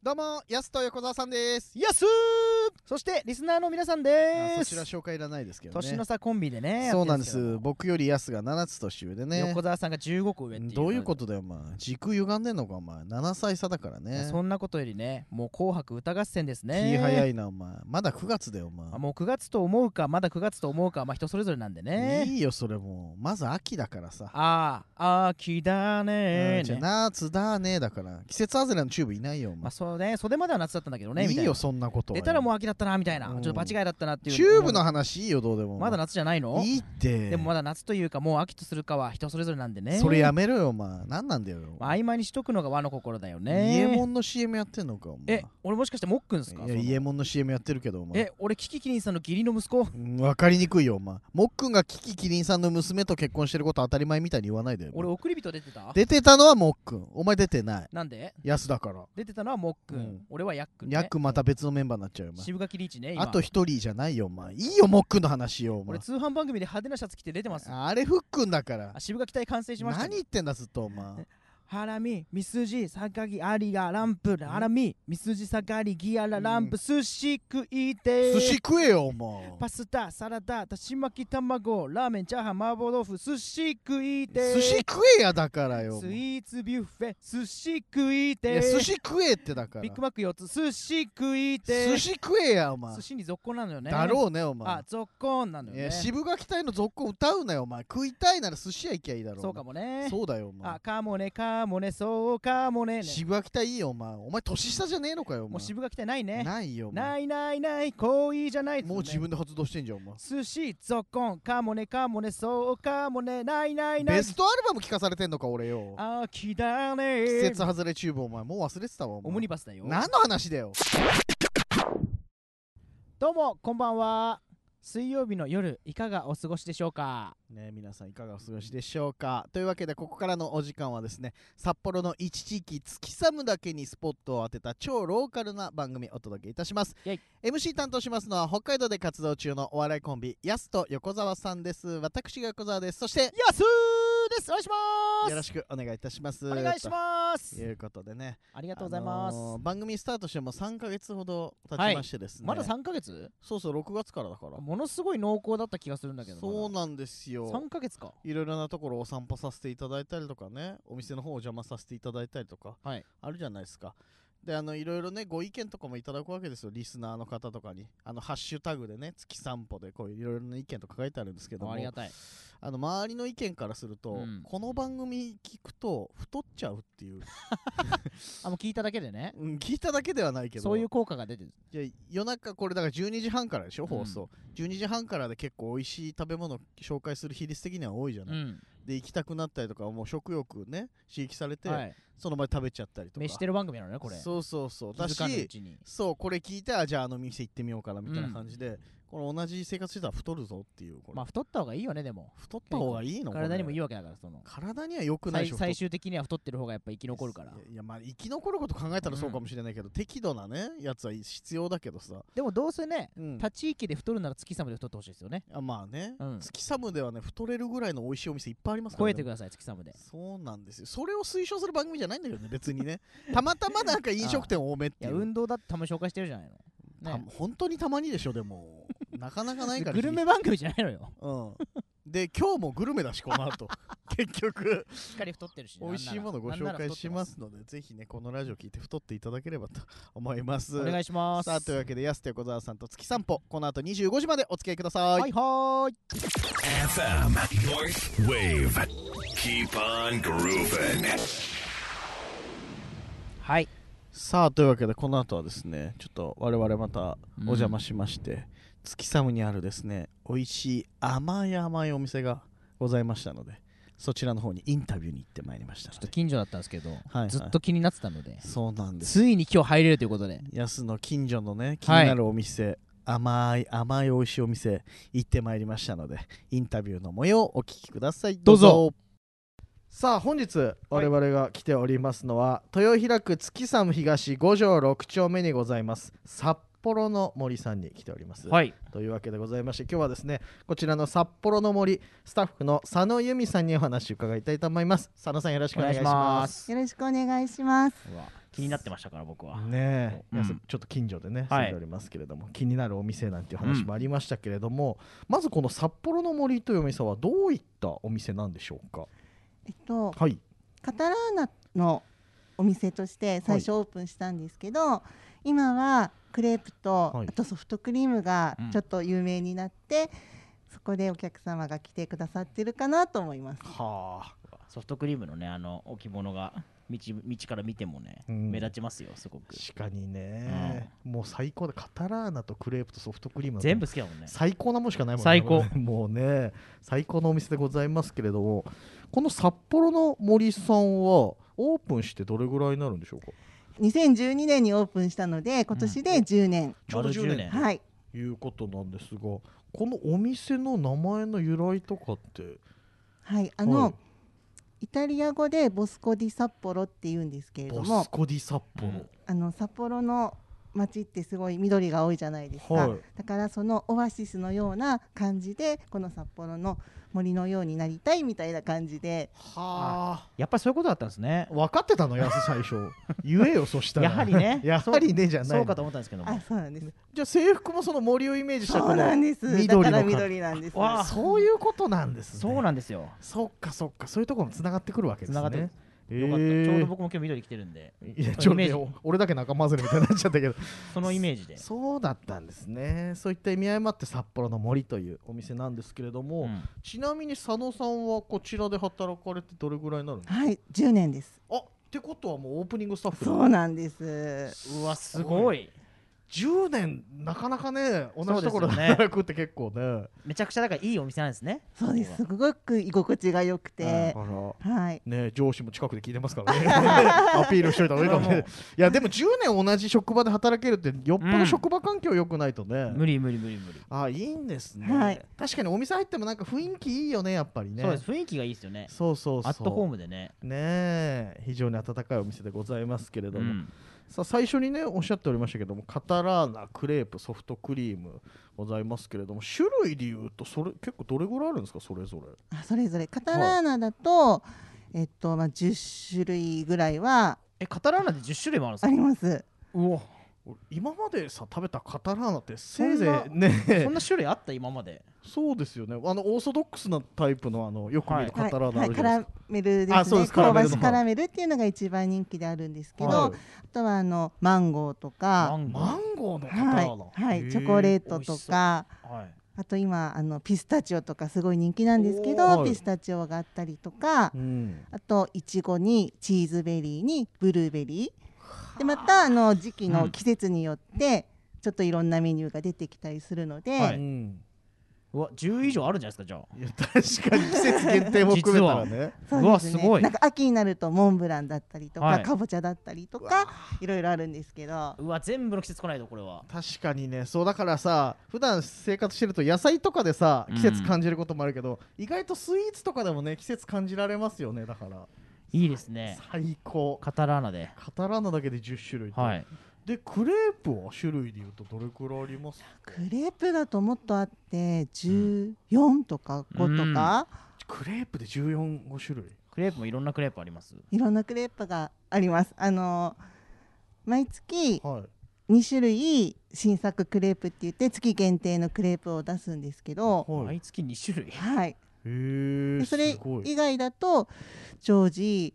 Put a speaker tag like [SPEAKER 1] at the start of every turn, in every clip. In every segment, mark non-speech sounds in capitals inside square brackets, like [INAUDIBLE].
[SPEAKER 1] どうも、やすと横澤さんです。
[SPEAKER 2] イエスーそしてリスナーの皆さんで
[SPEAKER 1] あ
[SPEAKER 2] ー
[SPEAKER 1] そ
[SPEAKER 2] す
[SPEAKER 1] ちら紹介いらないですけどね。
[SPEAKER 2] 年の差コンビでね
[SPEAKER 1] そうなんで
[SPEAKER 2] やってる
[SPEAKER 1] す。僕よりやすが7つ年上で
[SPEAKER 2] けど
[SPEAKER 1] ね
[SPEAKER 2] 横。澤さんが15個上っていう
[SPEAKER 1] どういうことだよ、お前。時空歪んでんのか、お前。7歳差だからね。
[SPEAKER 2] そんなことよりねもう「紅白歌合戦」ですね
[SPEAKER 1] 気早
[SPEAKER 2] い
[SPEAKER 1] いな、お前。まだ9月だよ、お前。
[SPEAKER 2] もう9月と思うかまだ9月と思うかまあ人それぞれなんでね
[SPEAKER 1] いいよ、それもう。まず秋だからさ。
[SPEAKER 2] ああ秋だね
[SPEAKER 1] うんじゃ
[SPEAKER 2] ー
[SPEAKER 1] あ
[SPEAKER 2] ね
[SPEAKER 1] 夏だねだから季節外れのチューブいないよお前、
[SPEAKER 2] まあそうね袖までは夏だったんだけどね
[SPEAKER 1] い
[SPEAKER 2] みた
[SPEAKER 1] い
[SPEAKER 2] いな
[SPEAKER 1] よそんなことは
[SPEAKER 2] 出たらもう秋だったなみたいなち
[SPEAKER 1] う
[SPEAKER 2] ょ
[SPEAKER 1] ん
[SPEAKER 2] っと場違いだったなっていう
[SPEAKER 1] チューブの話いいよどうでも
[SPEAKER 2] まだ夏じゃないの
[SPEAKER 1] いいって
[SPEAKER 2] でもまだ夏というかもう秋とするかは人それぞれなんでね
[SPEAKER 1] それやめろよお前何なんだよ、
[SPEAKER 2] まあ曖昧にしとくのが和の心だよね
[SPEAKER 1] イエモンの CM やってんのかお前
[SPEAKER 2] え俺もしかしてもっくんですか
[SPEAKER 1] い
[SPEAKER 2] そ
[SPEAKER 1] や
[SPEAKER 2] の
[SPEAKER 1] イエモンの CM やってるけどお前
[SPEAKER 2] え俺キキキリンさんの義理の息子
[SPEAKER 1] うんわかりにくいよお前もっくんがキキキリンさんの娘と結婚してること当たり前みたいに言わないでよお前
[SPEAKER 2] 俺送り人出てた
[SPEAKER 1] 出てたのはもっくんお前出てない
[SPEAKER 2] なんで
[SPEAKER 1] 安だから
[SPEAKER 2] 出てたのはもっ
[SPEAKER 1] う
[SPEAKER 2] くん、
[SPEAKER 1] ん
[SPEAKER 2] 俺はヤックン、ね、
[SPEAKER 1] ヤックンまた別のメンバーになっちゃうよお前
[SPEAKER 2] 渋垣リーチね今
[SPEAKER 1] あと一人じゃないよお前いいよもっくんの話よお前
[SPEAKER 2] 俺通販番組で派手なシャツ着て出てますあ
[SPEAKER 1] あれふっくんだから
[SPEAKER 2] 渋垣隊完成しました
[SPEAKER 1] 何言ってんだずっとお前
[SPEAKER 2] ハラミミスジサガギアリガランプハラミミスジサガリギアラランプ、
[SPEAKER 1] う
[SPEAKER 2] 寿司食いて
[SPEAKER 1] 寿司食えよお前
[SPEAKER 2] パスタサラダだし巻き卵ラーメンチャーハン麻婆豆腐寿司食いて
[SPEAKER 1] 寿司食えやだからよお
[SPEAKER 2] ス
[SPEAKER 1] 前い
[SPEAKER 2] イーツビュッフェ寿司食いて
[SPEAKER 1] や寿司食えってだから
[SPEAKER 2] ビッグマック4つ寿司食いて
[SPEAKER 1] 寿司食えやお前
[SPEAKER 2] 寿司に続行なのよね
[SPEAKER 1] だろうねお
[SPEAKER 2] あ
[SPEAKER 1] 前
[SPEAKER 2] 続行なのよ
[SPEAKER 1] いや
[SPEAKER 2] ね
[SPEAKER 1] 渋垣隊の続行歌うなよお前食いたいなら寿司屋行きゃいいだろ
[SPEAKER 2] そうか
[SPEAKER 1] も
[SPEAKER 2] もね
[SPEAKER 1] そうだよお
[SPEAKER 2] あ
[SPEAKER 1] 前
[SPEAKER 2] かもねかもねそうかもねね
[SPEAKER 1] 渋垣隊いいよお前お前年下じゃねえのかよお前
[SPEAKER 2] もう渋が来てないね
[SPEAKER 1] ないよお前
[SPEAKER 2] ないないない恋じゃないっすね
[SPEAKER 1] もう自分で発動してんじゃんお前
[SPEAKER 2] 寿司続行かもねかもねそうかもねないないない
[SPEAKER 1] ベストアルバム聞かされてんのか俺よ
[SPEAKER 2] 秋だね
[SPEAKER 1] 季節外れチューブお前もう忘れてたわお
[SPEAKER 2] オムニ
[SPEAKER 1] 前
[SPEAKER 2] バスだよ
[SPEAKER 1] 何の話だよ
[SPEAKER 2] どうもこんばんは水曜日の夜いかがお過ごしでしょうか
[SPEAKER 1] ね、皆さんいかがお過ごしでしょうかというわけでここからのお時間はですね札幌の一地域月寒だけにスポットを当てた超ローカルな番組お届けいたします
[SPEAKER 2] イェイ
[SPEAKER 1] MC 担当しますのは北海道で活動中のお笑いコンビやすと横澤さんです私が横澤ですそして
[SPEAKER 2] やすーですお願いします
[SPEAKER 1] よろしくお願いいたします
[SPEAKER 2] お願いします
[SPEAKER 1] ということでね
[SPEAKER 2] ありがとうございます、
[SPEAKER 1] あのー番組スタートしても3ヶ月ほど経ちましてですね、
[SPEAKER 2] まだ3ヶ月
[SPEAKER 1] そうそう6月からだから
[SPEAKER 2] ものすごい濃厚だった気がするんだけど
[SPEAKER 1] そうなんですよ
[SPEAKER 2] 3ヶ月か
[SPEAKER 1] いろいろなところをお散歩させていただいたりとかねお店の方を邪魔させていただいたりとか、
[SPEAKER 2] はい
[SPEAKER 1] あるじゃないですかであのいろいろねご意見とかもいただくわけですよリスナーの方とかにあのハッシュタグでね月散歩でこういろいろな意見とか書いてあるんですけども
[SPEAKER 2] ありがたい
[SPEAKER 1] あの周りの意見からすると、
[SPEAKER 2] うん
[SPEAKER 1] この番組聞くと太っちゃうっていう、
[SPEAKER 2] あもう聞いただけでね
[SPEAKER 1] うん、聞いただけではないけど
[SPEAKER 2] そういう効果が出てる
[SPEAKER 1] いや夜中これだから12時半からでしょ
[SPEAKER 2] うん
[SPEAKER 1] 放送、12時半からで結構美味しい食べ物紹介する比率的には多いじゃ
[SPEAKER 2] う
[SPEAKER 1] ない、
[SPEAKER 2] ん
[SPEAKER 1] で行きたくなったりとかもう食欲ね刺激されて、
[SPEAKER 2] はい
[SPEAKER 1] その場で食べちゃったりとか
[SPEAKER 2] 飯してる番組なのねこれ
[SPEAKER 1] そうそうそう
[SPEAKER 2] 気
[SPEAKER 1] だ
[SPEAKER 2] づかぬう
[SPEAKER 1] し
[SPEAKER 2] ちに
[SPEAKER 1] そうこれ聞いてあじゃああの店行ってみようかなみたいな感じで、この同じ生活してたら太るぞっていうこれ、
[SPEAKER 2] まあ太った方がいいよねでも
[SPEAKER 1] 太った方がいいの
[SPEAKER 2] 体にもいい
[SPEAKER 1] よ
[SPEAKER 2] わけだからその
[SPEAKER 1] 体には良くないで
[SPEAKER 2] 最
[SPEAKER 1] しょ
[SPEAKER 2] 最終的には太ってる方がやっぱ生き残るから
[SPEAKER 1] いやいやまあ生き残ること考えたらそうかもしれないけど、適度なねやつは必要だけどさ、
[SPEAKER 2] でもどうせね
[SPEAKER 1] うん
[SPEAKER 2] 他地域で太るなら月様で太ってほしいですよね
[SPEAKER 1] あまあね、
[SPEAKER 2] うん
[SPEAKER 1] 月サムではね太れるぐらいの美味しいお店いっぱいありますから
[SPEAKER 2] 超
[SPEAKER 1] ね
[SPEAKER 2] えてください月様で
[SPEAKER 1] そうなんですよそれを推奨する番組じゃないんだけどね別に
[SPEAKER 2] [LAUGHS]
[SPEAKER 1] ねたまたまなんか飲食店多めっ
[SPEAKER 2] い
[SPEAKER 1] てい
[SPEAKER 2] や
[SPEAKER 1] う
[SPEAKER 2] 運動だってたまに紹介してるじゃない
[SPEAKER 1] た
[SPEAKER 2] のね
[SPEAKER 1] 本当にたまにでしょでもなかなかないから
[SPEAKER 2] [LAUGHS] グルメ番組じゃないのよ
[SPEAKER 1] うんで今日もグルメだしこの
[SPEAKER 2] [LAUGHS]
[SPEAKER 1] 後結局
[SPEAKER 2] しっかり太ってるし
[SPEAKER 1] 美味しいものご紹介しますのでぜひねこのラジオ聞いて太っていただければと思います
[SPEAKER 2] お願いします
[SPEAKER 1] さあというわけで安手小沢さんと月散歩この後25時までお付き合いください、
[SPEAKER 2] はいはーい
[SPEAKER 3] FM North Wave. Keep on grooving.
[SPEAKER 2] はい
[SPEAKER 1] さあというわけでこの後はですねちょっと我々またお邪魔しまして、月寒にあるですね美味しい甘い甘いお店がございましたのでそちらの方にインタビューに行ってまいりました
[SPEAKER 2] ちょ
[SPEAKER 1] の
[SPEAKER 2] っと
[SPEAKER 1] で
[SPEAKER 2] 近所だったんですけど、
[SPEAKER 1] はい
[SPEAKER 2] ずっと気になってたので
[SPEAKER 1] そうなんです
[SPEAKER 2] ついに今日入れるということで
[SPEAKER 1] 安の近所のね気になるお店、甘い甘い美味しいお店行ってまいりましたのでインタビューの模様をお聞きください
[SPEAKER 2] どうぞ
[SPEAKER 1] さあ本日我々が来ておりますのは、豊平区月寒東5条6丁目にございます札幌の森さんに来ております、
[SPEAKER 2] はい
[SPEAKER 1] というわけでございまして今日はですねこちらの札幌の森スタッフの佐野由美さんにお話を伺いたいと思います佐野さんよろしくお願いします
[SPEAKER 2] す
[SPEAKER 4] よろしくお願いします。
[SPEAKER 2] うわ気になってましたから僕は、
[SPEAKER 1] ねえ、
[SPEAKER 2] うん
[SPEAKER 1] いやちょっと近所でね
[SPEAKER 2] は
[SPEAKER 1] 住ん
[SPEAKER 2] い
[SPEAKER 1] でおりますけれども、気になるお店なんていう話もありましたけれども、まずこの札幌の森というお店はどういったお店なんでしょうか
[SPEAKER 5] えっと、
[SPEAKER 1] はい
[SPEAKER 5] カタラーナのお店として最初オープンしたんですけど、今はクレープと、
[SPEAKER 1] はい
[SPEAKER 5] あとソフトクリームが
[SPEAKER 2] うん
[SPEAKER 5] ちょっと有名になって、そこでお客様が来てくださってるかなと思います。
[SPEAKER 1] は
[SPEAKER 2] ソフトクリームのねあの置物が道道から見てもね、
[SPEAKER 1] うん
[SPEAKER 2] 目立ちますよすごく
[SPEAKER 1] 確かにね、もう最高でカタラーナとクレープとソフトクリームなんて
[SPEAKER 2] 全部好きだもんね
[SPEAKER 1] 最高なもんしかないもんね
[SPEAKER 2] 最
[SPEAKER 1] こ
[SPEAKER 2] 高
[SPEAKER 1] れね [LAUGHS] もうね最高のお店でございますけれどもこの札幌の森さんはオープンしてどれぐらいになるんでしょうか
[SPEAKER 5] 2012年にオープンしたので今年で10年、
[SPEAKER 1] ちょうど10年
[SPEAKER 2] 丸
[SPEAKER 5] はい
[SPEAKER 1] いうことなんですがこのお店の名前の由来とかって
[SPEAKER 5] はいあの、
[SPEAKER 1] はい
[SPEAKER 5] イタリア語でボスコディ札幌って言うんですけれど
[SPEAKER 1] ボ
[SPEAKER 5] も
[SPEAKER 1] スコディ札幌、
[SPEAKER 2] うん
[SPEAKER 5] あの札幌の街ってすごい緑が多いじゃないですか、
[SPEAKER 1] はい
[SPEAKER 5] だからそのオアシスのような感じでこの札幌の森のようになりたいみたいな感じで
[SPEAKER 1] はあ
[SPEAKER 2] やっぱりそういうことだったんですね
[SPEAKER 1] 分かってたのやす最初言えよそしたら
[SPEAKER 2] やはりね
[SPEAKER 1] やはりねじゃない
[SPEAKER 2] そうか
[SPEAKER 1] じ
[SPEAKER 2] と思ったんですけども
[SPEAKER 5] あそうなんです
[SPEAKER 1] ゃあ制服もその森をイメージした
[SPEAKER 5] そうなんですだ
[SPEAKER 1] 緑
[SPEAKER 5] か
[SPEAKER 1] の
[SPEAKER 5] ら
[SPEAKER 1] 感
[SPEAKER 5] 緑なんです
[SPEAKER 2] わあ
[SPEAKER 1] そういうことなんですね
[SPEAKER 2] そうなんですよ
[SPEAKER 1] そっかそっかそういうところもつながってくるわけですね
[SPEAKER 2] 繋がってる
[SPEAKER 1] え
[SPEAKER 2] よかった、
[SPEAKER 1] ー
[SPEAKER 2] ちょうど僕も今日緑着てるんで
[SPEAKER 1] いやちょっと
[SPEAKER 2] イメー
[SPEAKER 1] ね
[SPEAKER 2] ジ
[SPEAKER 1] お俺だけ仲間外れみたいになっちゃったけど
[SPEAKER 2] そのイメージで、
[SPEAKER 1] そうだったんですねそういった意味合いもあって札幌の森というお店なんですけれども、
[SPEAKER 2] うん
[SPEAKER 1] ちなみに佐野さんはこちらで働かれてどれぐらいになるんですか
[SPEAKER 5] はい10年です
[SPEAKER 1] あってことはもうオープニングスタッフ
[SPEAKER 5] そうなんです
[SPEAKER 2] うわすごい
[SPEAKER 1] 10年なかなかね同じところで
[SPEAKER 2] そうですよね
[SPEAKER 1] 働くって結構ね
[SPEAKER 2] めちゃくちゃだからいいお店なんですね
[SPEAKER 5] そうですすごく居心地が良くて
[SPEAKER 1] あら
[SPEAKER 5] はい
[SPEAKER 1] ね上司も近くで聞いてますから
[SPEAKER 5] [LAUGHS]
[SPEAKER 1] ねアピールしといた方がいいかもしれないいやでも10年同じ職場で働けるってよっぽ
[SPEAKER 2] う
[SPEAKER 1] ど
[SPEAKER 2] ん
[SPEAKER 1] 職場環境良くないとね、
[SPEAKER 2] 無理無理無理無理、
[SPEAKER 1] あいいんですね、
[SPEAKER 5] はい
[SPEAKER 1] 確かにお店入ってもなんか雰囲気いいよねやっぱりね
[SPEAKER 2] そうです雰囲気がいいですよね
[SPEAKER 1] そうそうそう
[SPEAKER 2] アットホー
[SPEAKER 1] ム
[SPEAKER 2] ムでね、
[SPEAKER 1] ねえ非常に温かいお店でございますけれど
[SPEAKER 2] う
[SPEAKER 1] も、
[SPEAKER 2] ん
[SPEAKER 1] さあ最初にねおっしゃっておりましたけどもカタラーナクレープソフトクリームございますけれども種類でいうとそれ結構どれぐらいあるんですかそれぞれ
[SPEAKER 5] あそれぞれカタラーナだとえっとまあ10種類ぐらいは
[SPEAKER 2] えカタラーナで10種類もあるんです
[SPEAKER 5] あ
[SPEAKER 2] か
[SPEAKER 5] ります
[SPEAKER 2] うわ
[SPEAKER 1] 俺今までさ食べたカタラーナってせいぜ
[SPEAKER 2] そ
[SPEAKER 1] いねえ
[SPEAKER 2] そんな種類あった今まで
[SPEAKER 1] そうですよねあのオーソドックスなタイプのあのよく見るカタラーナあ
[SPEAKER 5] は
[SPEAKER 1] る
[SPEAKER 5] いはい、
[SPEAKER 1] じゃ
[SPEAKER 5] カ
[SPEAKER 1] ない
[SPEAKER 5] ラ
[SPEAKER 1] です
[SPEAKER 5] メルで
[SPEAKER 1] あ
[SPEAKER 5] す
[SPEAKER 1] そう
[SPEAKER 5] ね
[SPEAKER 1] です
[SPEAKER 5] 香ばし
[SPEAKER 1] カ
[SPEAKER 5] カ
[SPEAKER 1] ラ
[SPEAKER 5] ラメルっていうのが一番人気であるんですけ
[SPEAKER 1] か、
[SPEAKER 5] ど、
[SPEAKER 1] はい
[SPEAKER 5] あとはあのマンゴーと
[SPEAKER 2] マ
[SPEAKER 5] か
[SPEAKER 2] ンゴー
[SPEAKER 1] マンゴーのカタラーナ、
[SPEAKER 5] はい、はい、チョコレー
[SPEAKER 1] ト
[SPEAKER 5] ト
[SPEAKER 2] 美味
[SPEAKER 5] と
[SPEAKER 2] しそう
[SPEAKER 5] か
[SPEAKER 2] はい
[SPEAKER 5] あと今あのピスタチオとかすごい人気なんですけ
[SPEAKER 1] おー
[SPEAKER 5] ど
[SPEAKER 1] はい
[SPEAKER 5] ピスタチオがあったりとか
[SPEAKER 1] うん
[SPEAKER 5] あといちごにチーズベリーにブルーベリーでまたあの時期の季節によってちょっといろんなメニューが出てきたりするので、
[SPEAKER 2] はいううわ10以上あるんじゃないですかじゃあ
[SPEAKER 1] んいや確かに季節限定も含めたらね
[SPEAKER 5] そう
[SPEAKER 2] うわ
[SPEAKER 5] です
[SPEAKER 2] す
[SPEAKER 5] ね
[SPEAKER 2] ごい
[SPEAKER 5] なんか秋になるとモンブランだったりとか、
[SPEAKER 2] はい
[SPEAKER 5] かぼちゃだったりとかいろいろあるんですけど
[SPEAKER 2] うわ全部の季節来ないとこれは
[SPEAKER 1] 確かにねそうだからさ普段生活してると野菜とかでさ季節感じることもあるけど、意外とスイーツとかでもね季節感じられますよねだから、
[SPEAKER 2] いいですね
[SPEAKER 1] 最高
[SPEAKER 2] カタラーナで
[SPEAKER 1] カタラーナだけで10種類と
[SPEAKER 2] はい
[SPEAKER 1] でクレープは種類でいうとどれくらいあります
[SPEAKER 5] クレープだともっとあって14とか5とか、
[SPEAKER 1] クレープで145種類
[SPEAKER 2] クレープもいろんなクレープあります
[SPEAKER 5] いろんなクレープがあります。あの毎月
[SPEAKER 1] はい
[SPEAKER 5] 2種類新作クレープって言って月限定のクレープを出すんですけど、
[SPEAKER 1] はい
[SPEAKER 2] 毎月2種類
[SPEAKER 5] はい、
[SPEAKER 1] へー
[SPEAKER 5] でそれ
[SPEAKER 1] すごい
[SPEAKER 5] 以外だと常時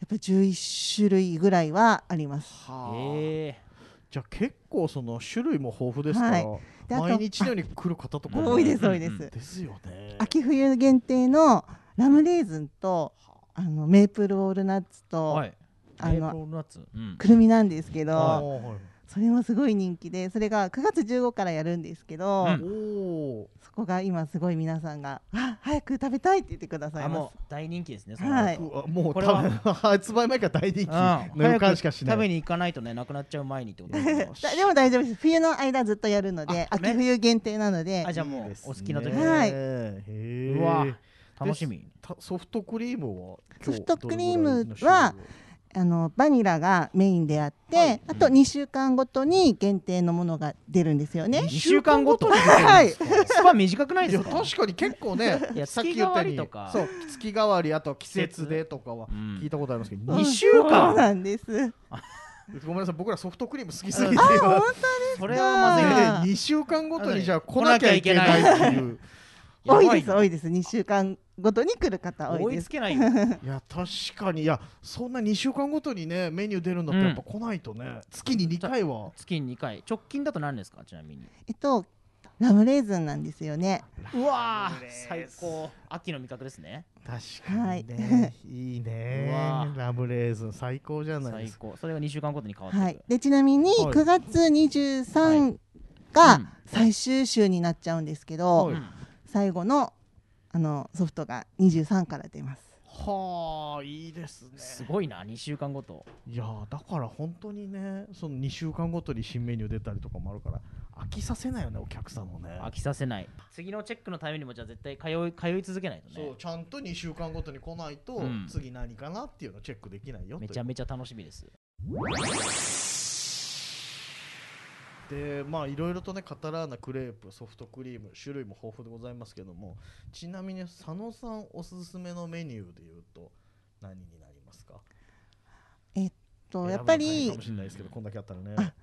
[SPEAKER 5] やっぱ11種類ぐらいはあります。
[SPEAKER 1] はあ
[SPEAKER 2] ええ
[SPEAKER 1] じゃあ結構その種類も豊富ですから、
[SPEAKER 5] はいであと
[SPEAKER 1] 毎日のように来る方とかも
[SPEAKER 5] 多いです多いで
[SPEAKER 2] うんうん
[SPEAKER 5] す。
[SPEAKER 1] ですよね
[SPEAKER 5] 秋冬限定のラムレーズンとあのメープルオールナッツと、
[SPEAKER 2] はい
[SPEAKER 5] あ
[SPEAKER 2] メ
[SPEAKER 5] の
[SPEAKER 2] ープルナッツうん
[SPEAKER 5] くるみなんですけど、
[SPEAKER 1] あーはい
[SPEAKER 5] それもすごい人気でそれが9月15からやるんですけど、
[SPEAKER 2] うん
[SPEAKER 1] おお
[SPEAKER 5] そこが今すごい皆さんが「あ早く食べたい」って言ってください
[SPEAKER 2] あ
[SPEAKER 5] ま
[SPEAKER 2] も
[SPEAKER 5] す
[SPEAKER 2] う大人気ですね
[SPEAKER 5] はいう
[SPEAKER 1] わもう
[SPEAKER 2] これは
[SPEAKER 1] 多分発売前から大人気の予感しかしない
[SPEAKER 2] 食べに行かないとねなくなっちゃう前にってことですね
[SPEAKER 5] だでも大丈夫です冬の間ずっとやるので
[SPEAKER 2] あね
[SPEAKER 5] 秋冬限定なので
[SPEAKER 2] あじゃあもうお好きな
[SPEAKER 1] い
[SPEAKER 2] 時
[SPEAKER 1] いですね
[SPEAKER 5] はい
[SPEAKER 1] へえ
[SPEAKER 2] うわ楽しみ
[SPEAKER 1] たソフトクリームは今日
[SPEAKER 5] ソフトクリームは
[SPEAKER 1] どれぐらいの種類を
[SPEAKER 5] あのバニラがメインであって、あと2週間ごとに限定のものが出るんですよね。
[SPEAKER 2] 2週間ごとに
[SPEAKER 5] はい
[SPEAKER 2] スパン短くない
[SPEAKER 1] い
[SPEAKER 2] で
[SPEAKER 1] や
[SPEAKER 2] すか
[SPEAKER 1] 確かに結構ね
[SPEAKER 2] いや
[SPEAKER 1] さっき言ったように
[SPEAKER 2] 月替わりとか
[SPEAKER 1] そう月替わりあとは季節でとかは
[SPEAKER 2] うん
[SPEAKER 1] 聞いたことありますけど、
[SPEAKER 2] 2週
[SPEAKER 5] そう
[SPEAKER 2] 間
[SPEAKER 5] なんです。
[SPEAKER 1] ごめんなさい僕らソフトクリーム好きすぎて
[SPEAKER 2] それはまずいな
[SPEAKER 1] 2週間ごとにじゃあ
[SPEAKER 2] あの
[SPEAKER 1] 来
[SPEAKER 2] ね
[SPEAKER 1] なきゃいけないっていうやば
[SPEAKER 5] 多
[SPEAKER 1] い
[SPEAKER 5] い
[SPEAKER 1] な
[SPEAKER 5] です多いです。2週間ごとに来る方多
[SPEAKER 2] 追
[SPEAKER 5] いで
[SPEAKER 2] い
[SPEAKER 5] す
[SPEAKER 2] つ。けないよ
[SPEAKER 1] いや確かにいやそんな2週間ごとにねメニュー出るんだったらやっぱ来ないとね、月に2回は
[SPEAKER 2] 月に2回直近だと何ですかちなみに
[SPEAKER 5] えっとラムレーズンなんですよね。
[SPEAKER 2] うわー最高秋の味覚ですね
[SPEAKER 1] 確
[SPEAKER 5] か
[SPEAKER 1] か
[SPEAKER 5] に
[SPEAKER 1] に
[SPEAKER 5] ね
[SPEAKER 1] ね、い、い
[SPEAKER 2] うわ
[SPEAKER 1] ねラムレーズン最高じゃないで
[SPEAKER 2] 最
[SPEAKER 1] すか
[SPEAKER 2] 高それが2週間ごとに変わってく
[SPEAKER 5] はい。でちなみに
[SPEAKER 1] はい
[SPEAKER 5] 9月
[SPEAKER 2] は
[SPEAKER 5] 23
[SPEAKER 2] う
[SPEAKER 5] が
[SPEAKER 2] ん
[SPEAKER 5] 最終週になっちゃうんですけど、
[SPEAKER 1] はい
[SPEAKER 5] 最後のあのソフトが23から出ます。
[SPEAKER 1] はあいいですね
[SPEAKER 2] すごいな2週間ごと
[SPEAKER 1] いやーだから本当にねその2週間ごとに新メニュー出たりとかもあるから飽きさせないよねお客さんもね
[SPEAKER 2] 飽きさせない次のチェックのためにもじゃあ絶対通い通い続けないと
[SPEAKER 1] そ
[SPEAKER 2] ね
[SPEAKER 1] うちゃんと2週間ごとに来ないと、
[SPEAKER 2] うん
[SPEAKER 1] 次何かなっていうのをチェックできないよ
[SPEAKER 2] め
[SPEAKER 1] と
[SPEAKER 2] ちゃめちゃ楽しみです
[SPEAKER 1] でまあいろいろとねカタラーナクレープソフトクリーム種類も豊富でございますけどもちなみに佐野さんおすすめのメニューで言うと何になりますか選
[SPEAKER 5] と
[SPEAKER 1] ぶの
[SPEAKER 5] やっぱ
[SPEAKER 1] 大変
[SPEAKER 5] り
[SPEAKER 1] かもしれないですけどこんだけあったらね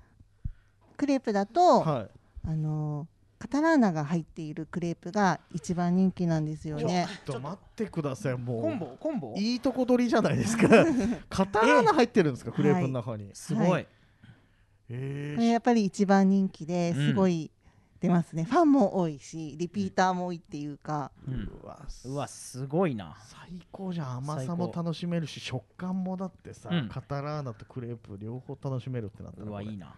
[SPEAKER 5] クレープだと、
[SPEAKER 1] は
[SPEAKER 5] あのカタラーナが入っているクレープが一番人気なんですよ
[SPEAKER 1] い
[SPEAKER 5] ね。
[SPEAKER 1] ちょっと待ってくださいもう
[SPEAKER 2] コンボコンボ
[SPEAKER 1] いいとこ取りじゃない
[SPEAKER 2] [LAUGHS]
[SPEAKER 1] ですかカタラーナ入ってるんですか、クレープの中に、
[SPEAKER 2] すご
[SPEAKER 5] はい
[SPEAKER 1] え
[SPEAKER 5] こ
[SPEAKER 1] ー
[SPEAKER 5] れやっぱり一番人気で
[SPEAKER 2] うん
[SPEAKER 5] すごい出ますね、ファンも多いしリピーターも多いっていうか、
[SPEAKER 2] うん
[SPEAKER 1] うわ
[SPEAKER 2] うわすごいな
[SPEAKER 1] 最高じゃん甘
[SPEAKER 2] 最
[SPEAKER 1] さ
[SPEAKER 2] 高
[SPEAKER 1] も楽しめるし食感もだってさ、
[SPEAKER 2] うん
[SPEAKER 1] カタラーナとクレープ両方楽しめるってなったら
[SPEAKER 2] うわ
[SPEAKER 1] これ
[SPEAKER 2] いいな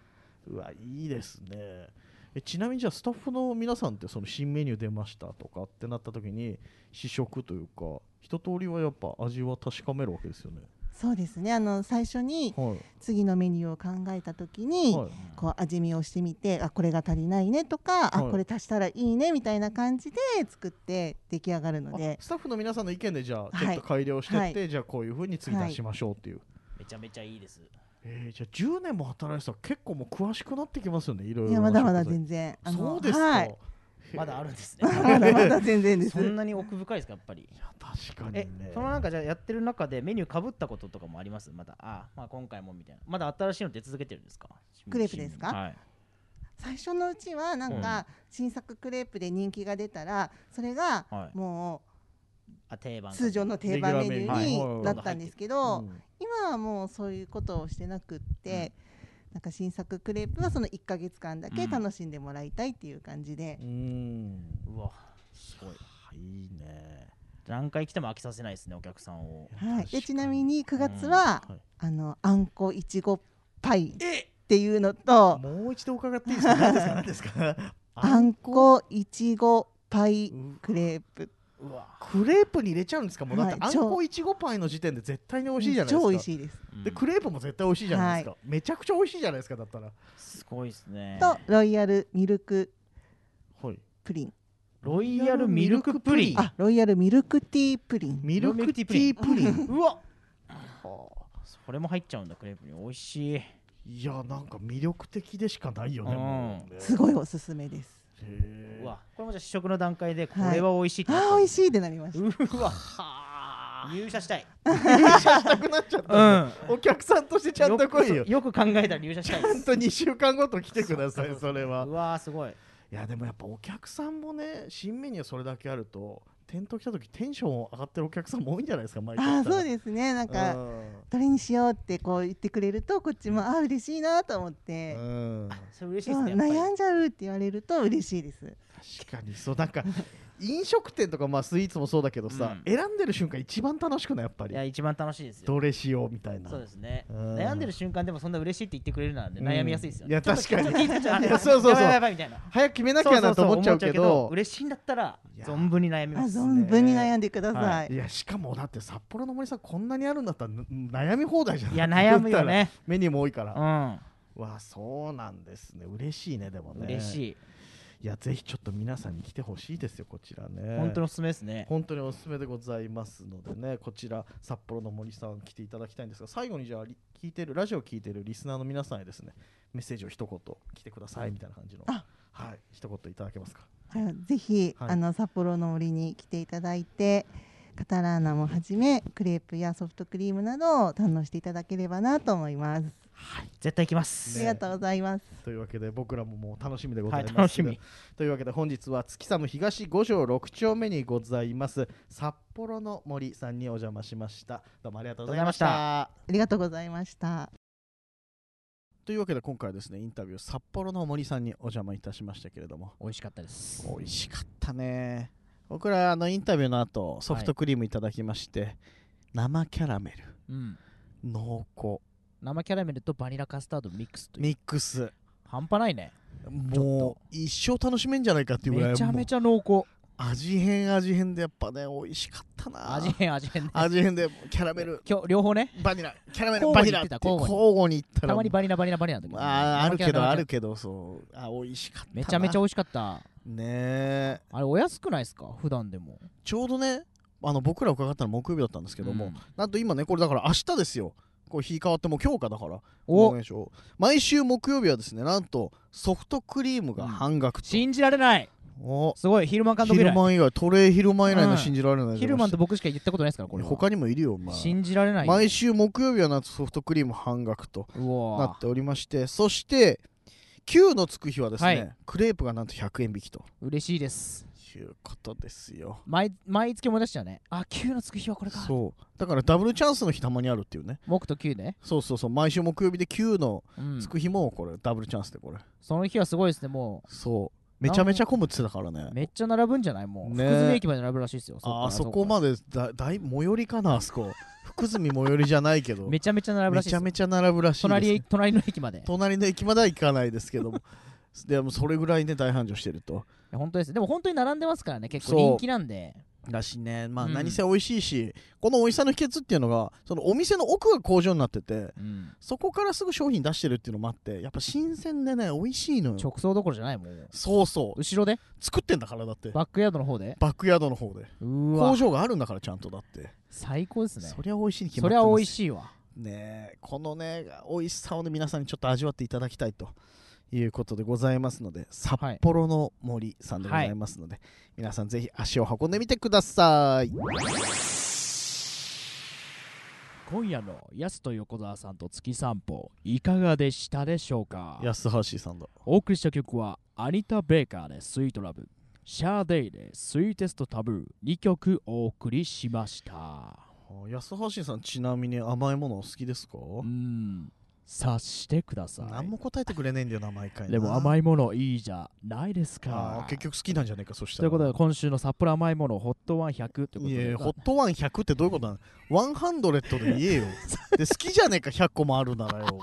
[SPEAKER 1] うわいいですねえちなみにじゃあスタッフの皆さんってその新メニュー出ましたとかってなった時に試食というか一通りはやっぱ味は確かめるわけですよね
[SPEAKER 5] そうですねあの最初に
[SPEAKER 1] はい
[SPEAKER 5] 次のメニューを考えた時に、
[SPEAKER 1] はい
[SPEAKER 5] こう味見をしてみてあこれが足りないねとか、あ
[SPEAKER 1] はい
[SPEAKER 5] これ足したらいいねみたいな感じで作って出来上がるの
[SPEAKER 1] あ
[SPEAKER 5] で
[SPEAKER 1] スタッフの皆さんの意見でじゃあちょ
[SPEAKER 5] は
[SPEAKER 1] っ
[SPEAKER 5] い
[SPEAKER 1] と改良してって、
[SPEAKER 5] はい
[SPEAKER 1] じゃあこういうふうに次出しましょうっていう、
[SPEAKER 2] めちゃめちゃいいです
[SPEAKER 1] えーじゃあ10年も働いてたら結構もう詳しくなってきますよねいろいろ
[SPEAKER 5] いや
[SPEAKER 1] な
[SPEAKER 5] まだまだ
[SPEAKER 1] 食材
[SPEAKER 5] 全然あの
[SPEAKER 1] そうですか、
[SPEAKER 5] はい [LAUGHS]
[SPEAKER 1] へー
[SPEAKER 2] [LAUGHS] まだあるんですね
[SPEAKER 5] まだまだ全然です
[SPEAKER 2] そんなに奥深いですかやっぱり
[SPEAKER 1] いや確かに
[SPEAKER 2] え
[SPEAKER 1] ね
[SPEAKER 2] そのなんかじゃあやってる中でメニューかぶったこととかもありますまだあまあ今回もみたいなまだ新しいの出続けてるんですか
[SPEAKER 5] クレープですか
[SPEAKER 2] はい
[SPEAKER 5] 最初のうちはなんか新作クレープで人気が出たらそれが
[SPEAKER 2] はい
[SPEAKER 5] も
[SPEAKER 2] あ定
[SPEAKER 5] う
[SPEAKER 2] 番
[SPEAKER 5] 通常の定番メニュ
[SPEAKER 1] レギュラーメニュ
[SPEAKER 5] ー
[SPEAKER 1] ー
[SPEAKER 5] に
[SPEAKER 1] に
[SPEAKER 5] なったんですけど
[SPEAKER 1] うん
[SPEAKER 5] 今はもうそういうことをしてなくってなんか新作クレープはその1か月間だけ
[SPEAKER 2] うん
[SPEAKER 5] 楽しんでもらいたいっていう感じで
[SPEAKER 1] うーん
[SPEAKER 2] うわすごい
[SPEAKER 1] いいね
[SPEAKER 2] 何回来ても飽きさせないですねお客さんを
[SPEAKER 5] は
[SPEAKER 1] 確
[SPEAKER 5] い
[SPEAKER 1] か
[SPEAKER 5] で
[SPEAKER 1] に
[SPEAKER 5] ちなみに9月は
[SPEAKER 1] うんはい
[SPEAKER 5] あのあんこいちごパイっていうのと
[SPEAKER 1] もう一度伺っていいですか何ですか何ですか
[SPEAKER 5] あんこいちごパイ
[SPEAKER 1] う
[SPEAKER 5] クレープ
[SPEAKER 2] うわ
[SPEAKER 1] クレープに入れちゃうんですかもうだって
[SPEAKER 5] はい
[SPEAKER 1] あんこいちごパイの時点で絶対に美味しいじゃないですか
[SPEAKER 5] 超美味しいです
[SPEAKER 1] でクレープも絶対美味しいじゃないですか、めちゃくちゃ美味しいじゃないですかだったら
[SPEAKER 2] すごいですね
[SPEAKER 5] とロイヤルミルク
[SPEAKER 1] はい
[SPEAKER 5] プリン
[SPEAKER 2] ロイヤルミルクプリン
[SPEAKER 5] あロイヤルミルクティープリン
[SPEAKER 1] ミルクティープリン
[SPEAKER 2] うわそれも入っちゃうんだクレープに美味しい
[SPEAKER 1] いやなんか魅力的でしかないよね、
[SPEAKER 2] うん
[SPEAKER 1] もうね
[SPEAKER 5] すごいおすすめです
[SPEAKER 1] へー
[SPEAKER 2] うわこれもじゃあ試食の段階でこ
[SPEAKER 5] はい
[SPEAKER 2] れは美味しいってなった
[SPEAKER 5] あー美味しいってなりました
[SPEAKER 2] うわ入社したい
[SPEAKER 1] したくなっちゃったね、お客さんとしてちゃんと来いよ
[SPEAKER 2] よく考えたら入社したいで
[SPEAKER 1] 本
[SPEAKER 2] す
[SPEAKER 1] 当2週間ごと来てくださいそれは
[SPEAKER 2] うわーすごい
[SPEAKER 1] いやでもやっぱお客さんもね新メニューそれだけあると店頭来た時テンション上がってるお客さんも多いんじゃないですか毎
[SPEAKER 5] あーそう
[SPEAKER 1] す
[SPEAKER 5] ですねなんかどれにしようってこう言ってくれるとこっちもあー嬉しいなと思って
[SPEAKER 1] うん、うん
[SPEAKER 2] それ嬉しい
[SPEAKER 5] うん
[SPEAKER 2] ですねやっぱり
[SPEAKER 5] 悩んじゃうって言われると嬉しいです
[SPEAKER 1] 確かにそうなんか [LAUGHS] 飲食店とかまあスイーツもそうだけどさ、
[SPEAKER 2] う
[SPEAKER 1] 選んでる瞬間一番楽しくないやっぱ
[SPEAKER 2] い
[SPEAKER 1] り
[SPEAKER 2] や一番楽しいですよ
[SPEAKER 1] どれしようみたいな
[SPEAKER 2] そうですね
[SPEAKER 1] うん
[SPEAKER 2] 悩んでる瞬間でもそんな嬉しいって言ってくれるならね
[SPEAKER 1] うん
[SPEAKER 2] 悩みやすいですよね
[SPEAKER 1] いや
[SPEAKER 2] ちょっと
[SPEAKER 1] 確かに
[SPEAKER 2] ちょっと聞いてちょっと
[SPEAKER 1] いやそうそうそう
[SPEAKER 2] やばいやばいやばいみたいな
[SPEAKER 1] 早く決めなきゃなと思っちゃうけ
[SPEAKER 2] そそそ思
[SPEAKER 1] ど
[SPEAKER 2] っ嬉しいんだったら
[SPEAKER 1] いや
[SPEAKER 2] 存分に悩み
[SPEAKER 5] あ
[SPEAKER 2] ます
[SPEAKER 5] 存分に悩んでくださ
[SPEAKER 1] い
[SPEAKER 5] い
[SPEAKER 1] やしかもだって札幌の森さんこんなにあるんだったらん悩み放題じゃない
[SPEAKER 2] いや悩むよね
[SPEAKER 1] メニューも多いから
[SPEAKER 2] う
[SPEAKER 1] わあそうなんですね嬉しいねでも
[SPEAKER 2] ん
[SPEAKER 1] ね
[SPEAKER 2] 嬉しい
[SPEAKER 6] いやぜひちょっと皆さんに来てほしいですよこちらね
[SPEAKER 2] 本当におすすめですね。
[SPEAKER 6] 本当におすすめでございますのでねこちら札幌の森さん来ていただきたいんですが最後にじゃあリ聞いてるラジオを聞いてるリスナーの皆さんへですねメッセージを一言来てくださいみたいな感じの
[SPEAKER 5] あ
[SPEAKER 6] はい一言いただけますか
[SPEAKER 5] じゃあぜひ、
[SPEAKER 6] はい
[SPEAKER 5] あの札幌の森に来ていただいてカタラーナもはじめクレープやソフトクリームなどを堪能していただければなと思います、
[SPEAKER 2] 絶対行きま
[SPEAKER 5] あ
[SPEAKER 2] す。
[SPEAKER 5] りがとうございます
[SPEAKER 6] というわけで僕らももう楽しみでございます、
[SPEAKER 2] はい楽しみ
[SPEAKER 6] というわけで本日は月寒東5条6丁目にございます札幌の森さんにお邪魔しましたどうもありがとうございました
[SPEAKER 2] ありがとうござ
[SPEAKER 5] ありがとうございました
[SPEAKER 1] というわけで今回はですねインタビュー札幌の森さんにお邪魔いたしましたけれども
[SPEAKER 2] 美味しかったです。
[SPEAKER 1] 美味しかったね僕らあのインタビューの後ソフトクリームいただきまして、生キャラメル
[SPEAKER 2] うん。
[SPEAKER 1] 濃厚
[SPEAKER 2] 生キャラメルとバニラカスタードミックスという。
[SPEAKER 1] ミックス
[SPEAKER 2] 半端ないね。
[SPEAKER 1] もう一生楽しめんじゃないかっていうぐらい
[SPEAKER 2] めちゃめ
[SPEAKER 1] ゃ
[SPEAKER 2] ちゃ濃厚。
[SPEAKER 1] 味変味変でやっぱね美味しかったな
[SPEAKER 2] 味変味変ね。
[SPEAKER 1] 味変でキャラメル
[SPEAKER 2] 今日両方ね。
[SPEAKER 1] バニラキャラメル
[SPEAKER 2] 交互
[SPEAKER 1] バ
[SPEAKER 2] に
[SPEAKER 1] ニ
[SPEAKER 2] 言
[SPEAKER 1] ラ
[SPEAKER 2] っ
[SPEAKER 1] って
[SPEAKER 2] た
[SPEAKER 1] て交互にいった
[SPEAKER 2] た
[SPEAKER 1] ら
[SPEAKER 2] まにバニラバニラバニラだけど。
[SPEAKER 1] あーあるけどある
[SPEAKER 2] け
[SPEAKER 1] けどそうあ美味しかったな
[SPEAKER 2] めちゃめちゃ美味しかった。
[SPEAKER 1] ねえ
[SPEAKER 2] あれお安くないですか普段でも。
[SPEAKER 1] ちょうどねあの僕ら伺ったの木曜日だったんですけども、
[SPEAKER 2] うん
[SPEAKER 1] なんと今ねこれだから明日ですよこう日変わってもう今日かだから
[SPEAKER 2] お
[SPEAKER 1] 農園賞毎週木曜日はですねなんとソフトクリームが半額と、
[SPEAKER 2] 信じられない
[SPEAKER 1] お
[SPEAKER 2] すごい、ヒルマン監督以
[SPEAKER 1] 昼
[SPEAKER 2] 来。
[SPEAKER 1] 間以外トレイヒルマン以来
[SPEAKER 2] うん
[SPEAKER 1] の信じられない
[SPEAKER 2] ヒルマンと僕しか言ったことないですから、これは。
[SPEAKER 1] 他にもいるよ、まあ、
[SPEAKER 2] 信じられないよ。
[SPEAKER 1] 毎週木曜日はなんとソフトクリーム半額と
[SPEAKER 2] う
[SPEAKER 1] な
[SPEAKER 2] わ
[SPEAKER 1] っておりましてそして9のつく日はですね、
[SPEAKER 2] はい
[SPEAKER 1] クレープがなんと100円引きと
[SPEAKER 2] 嬉しいです。
[SPEAKER 1] いうことですよ
[SPEAKER 2] 毎毎月思い出しちゃうね。あ、9のつく日はこれか。
[SPEAKER 1] そうだからダブルチャンスの日たまにあるっていうね
[SPEAKER 2] 木と9ね。
[SPEAKER 1] そうそうそう毎週木曜日で9の
[SPEAKER 2] うん
[SPEAKER 1] つく日もこれ、ダブルチャンスでこれ
[SPEAKER 2] その日はすごいですね、も
[SPEAKER 1] そうめちゃめちゃ混むって言ってたから
[SPEAKER 2] う。
[SPEAKER 1] ね
[SPEAKER 2] めっちゃ並ぶんじゃないもう。
[SPEAKER 1] ね
[SPEAKER 2] 福住駅まで並ぶらしいですよ。
[SPEAKER 1] あーそ
[SPEAKER 2] っ
[SPEAKER 1] こ
[SPEAKER 2] か
[SPEAKER 1] までだだい最寄り
[SPEAKER 2] [LAUGHS]
[SPEAKER 1] かなあそこ福住最寄りじゃないけど
[SPEAKER 2] めちゃめちゃ並ぶら
[SPEAKER 1] め
[SPEAKER 2] しい
[SPEAKER 1] ち
[SPEAKER 2] で
[SPEAKER 1] ゃ
[SPEAKER 2] すよ。
[SPEAKER 1] めちゃ並ぶらしいです、
[SPEAKER 2] 隣へ
[SPEAKER 1] ね、
[SPEAKER 2] 隣の駅まで。い
[SPEAKER 1] 隣の駅までは行かないですけど
[SPEAKER 2] [LAUGHS]
[SPEAKER 1] もでもそれぐらいね大繁盛してると
[SPEAKER 2] や本当です。でも本当に並んでますからね、結構
[SPEAKER 1] そう
[SPEAKER 2] 人気なんで。
[SPEAKER 1] だしねまあ
[SPEAKER 2] うん
[SPEAKER 1] 何せ美味しいし、この美味しさの秘訣っていうのがそのお店の奥が工場になってて
[SPEAKER 2] うん
[SPEAKER 1] そこからすぐ商品出してるっていうのもあってやっぱ新鮮でね美味しいのよ
[SPEAKER 2] 直送どころじゃないもん。
[SPEAKER 1] そうそう
[SPEAKER 2] 後ろで
[SPEAKER 1] 作ってんだからだって
[SPEAKER 2] バックヤードの方で
[SPEAKER 1] バックヤードの方で
[SPEAKER 2] うわ
[SPEAKER 1] 工、場があるんだからちゃんとだって、
[SPEAKER 2] 最高ですね。
[SPEAKER 1] そりゃ美味しいに決ま
[SPEAKER 2] そ
[SPEAKER 1] って
[SPEAKER 2] り
[SPEAKER 1] ま
[SPEAKER 2] ゃ
[SPEAKER 1] す
[SPEAKER 2] 美味しいわ。
[SPEAKER 1] ねえこのね美味しさをね皆さんにちょっと味わっていただきたいということでございますので札幌の森さんでございますので、皆さんぜひ足を運んでみてください
[SPEAKER 7] 今夜のヤスと横澤さんと月散歩いかがでしたでしょうか
[SPEAKER 1] 安橋さんだ
[SPEAKER 7] お送りした曲はアニタ・ベーカーでスイートラブシャーデイでスイーテストタブー2曲お送りしました
[SPEAKER 1] 安橋さんちなみに甘いものお好きですか
[SPEAKER 7] うん察してくださ
[SPEAKER 1] 何
[SPEAKER 7] い
[SPEAKER 1] も答えてくれねえんだよな毎回な
[SPEAKER 7] でも甘いものいいじゃないです
[SPEAKER 1] あ
[SPEAKER 7] か
[SPEAKER 1] ー結局好きなんじゃねえかそし
[SPEAKER 7] と
[SPEAKER 1] た
[SPEAKER 7] い
[SPEAKER 1] ら
[SPEAKER 7] うことで今週の札幌甘いものホットワン100と
[SPEAKER 1] いやい
[SPEAKER 7] いう
[SPEAKER 1] や
[SPEAKER 7] こ
[SPEAKER 1] ホ
[SPEAKER 7] と
[SPEAKER 1] ットワン100ってどういうことなのワンハンドレットで [LAUGHS] 言えよで好きじゃねえか100個もあるならよお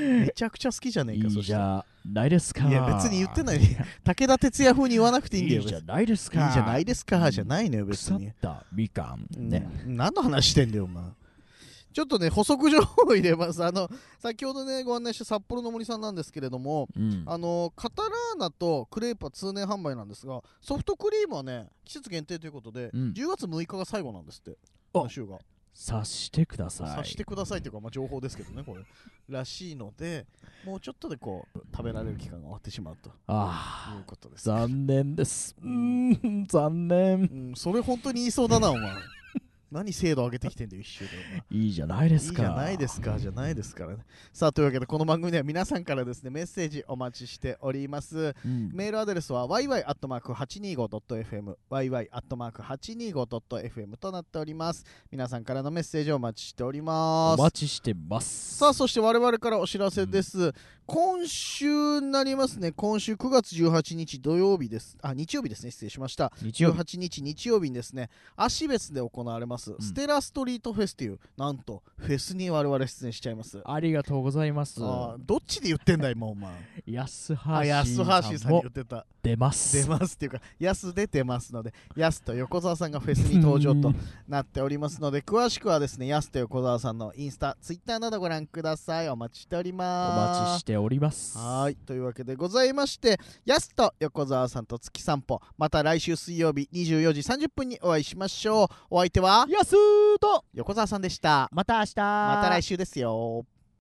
[SPEAKER 1] 前めちゃくちゃ好きじゃね
[SPEAKER 7] で
[SPEAKER 1] えか
[SPEAKER 7] い
[SPEAKER 1] そ
[SPEAKER 7] い
[SPEAKER 1] し
[SPEAKER 7] じ
[SPEAKER 1] たら
[SPEAKER 7] ゃないですか
[SPEAKER 1] いや別に言ってない武田鉄矢風に言わなくていいんだよ
[SPEAKER 7] いいじゃ
[SPEAKER 1] 別に
[SPEAKER 7] ないですか
[SPEAKER 1] いいじゃないですかじゃないのよ別
[SPEAKER 7] 腐っ
[SPEAKER 1] に、
[SPEAKER 7] たみかんね、
[SPEAKER 1] うん何の話してんだよお前ちょっとね補足情報を入れますあの先ほどねご案内した札幌の森さんなんですけれども
[SPEAKER 7] うん
[SPEAKER 1] あのカタラーナとクレープは通年販売なんですがソフトクリームはね季節限定ということで、
[SPEAKER 7] うん
[SPEAKER 1] 10月6日が最後なんですって
[SPEAKER 7] あ
[SPEAKER 1] この週が
[SPEAKER 7] 察してください
[SPEAKER 1] 察してくださいというか、まあ、情報ですけど
[SPEAKER 7] [LAUGHS]
[SPEAKER 1] ねこれらしいのでもうちょっとでこう食べられる期間が終わってしまうとい
[SPEAKER 7] ああ
[SPEAKER 1] うことです
[SPEAKER 7] 残念ですうーん残念
[SPEAKER 1] うん、それ本当に言いそうだな、お
[SPEAKER 7] [LAUGHS]
[SPEAKER 1] 前。何精度上げてきてんだよ、一周で。お前
[SPEAKER 7] いいじゃないです
[SPEAKER 1] いい
[SPEAKER 7] か
[SPEAKER 1] じゃないですか、じゃないですからね。さあ、というわけで、この番組では皆さんからですね、メッセージお待ちしております。
[SPEAKER 7] うん
[SPEAKER 1] メールアドレスは yy.825.fm、yy.825.fm となっております。皆さんからのメッセージをお待ちしておりま
[SPEAKER 7] お
[SPEAKER 1] す。
[SPEAKER 7] 待ちしてます
[SPEAKER 1] さあそして我々からお知らせです、今週になりますね今週9月18日土曜日ですあ日曜日ですね失礼しました
[SPEAKER 7] 日曜日
[SPEAKER 1] 18日日曜日にですね芦別で行われます、ステラストリートフェスというなんとフェスに我々出演しちゃいますあ
[SPEAKER 7] ありがとうございます
[SPEAKER 1] ーどっちで言ってんだ今お前
[SPEAKER 7] 安橋
[SPEAKER 1] あ、安橋
[SPEAKER 7] さ
[SPEAKER 1] さ
[SPEAKER 7] ん
[SPEAKER 1] んに
[SPEAKER 7] も
[SPEAKER 1] 言ってた。
[SPEAKER 7] 出ま
[SPEAKER 1] 出
[SPEAKER 7] す。
[SPEAKER 1] ますっていうか、安出てますので、安と横澤さんがフェスに登場となっておりますので、詳しくはですね、安と横澤さんのインスタ、ツイッターなどご覧ください。お待ちしており
[SPEAKER 7] お
[SPEAKER 1] ます。
[SPEAKER 7] 待ちしております。
[SPEAKER 1] はいというわけでございましてやすと横澤さんと月散歩また来週水曜日24時30分にお会いしましょうお相手は
[SPEAKER 7] 安と
[SPEAKER 1] 横澤さんでした
[SPEAKER 2] また明日
[SPEAKER 1] また来週ですよ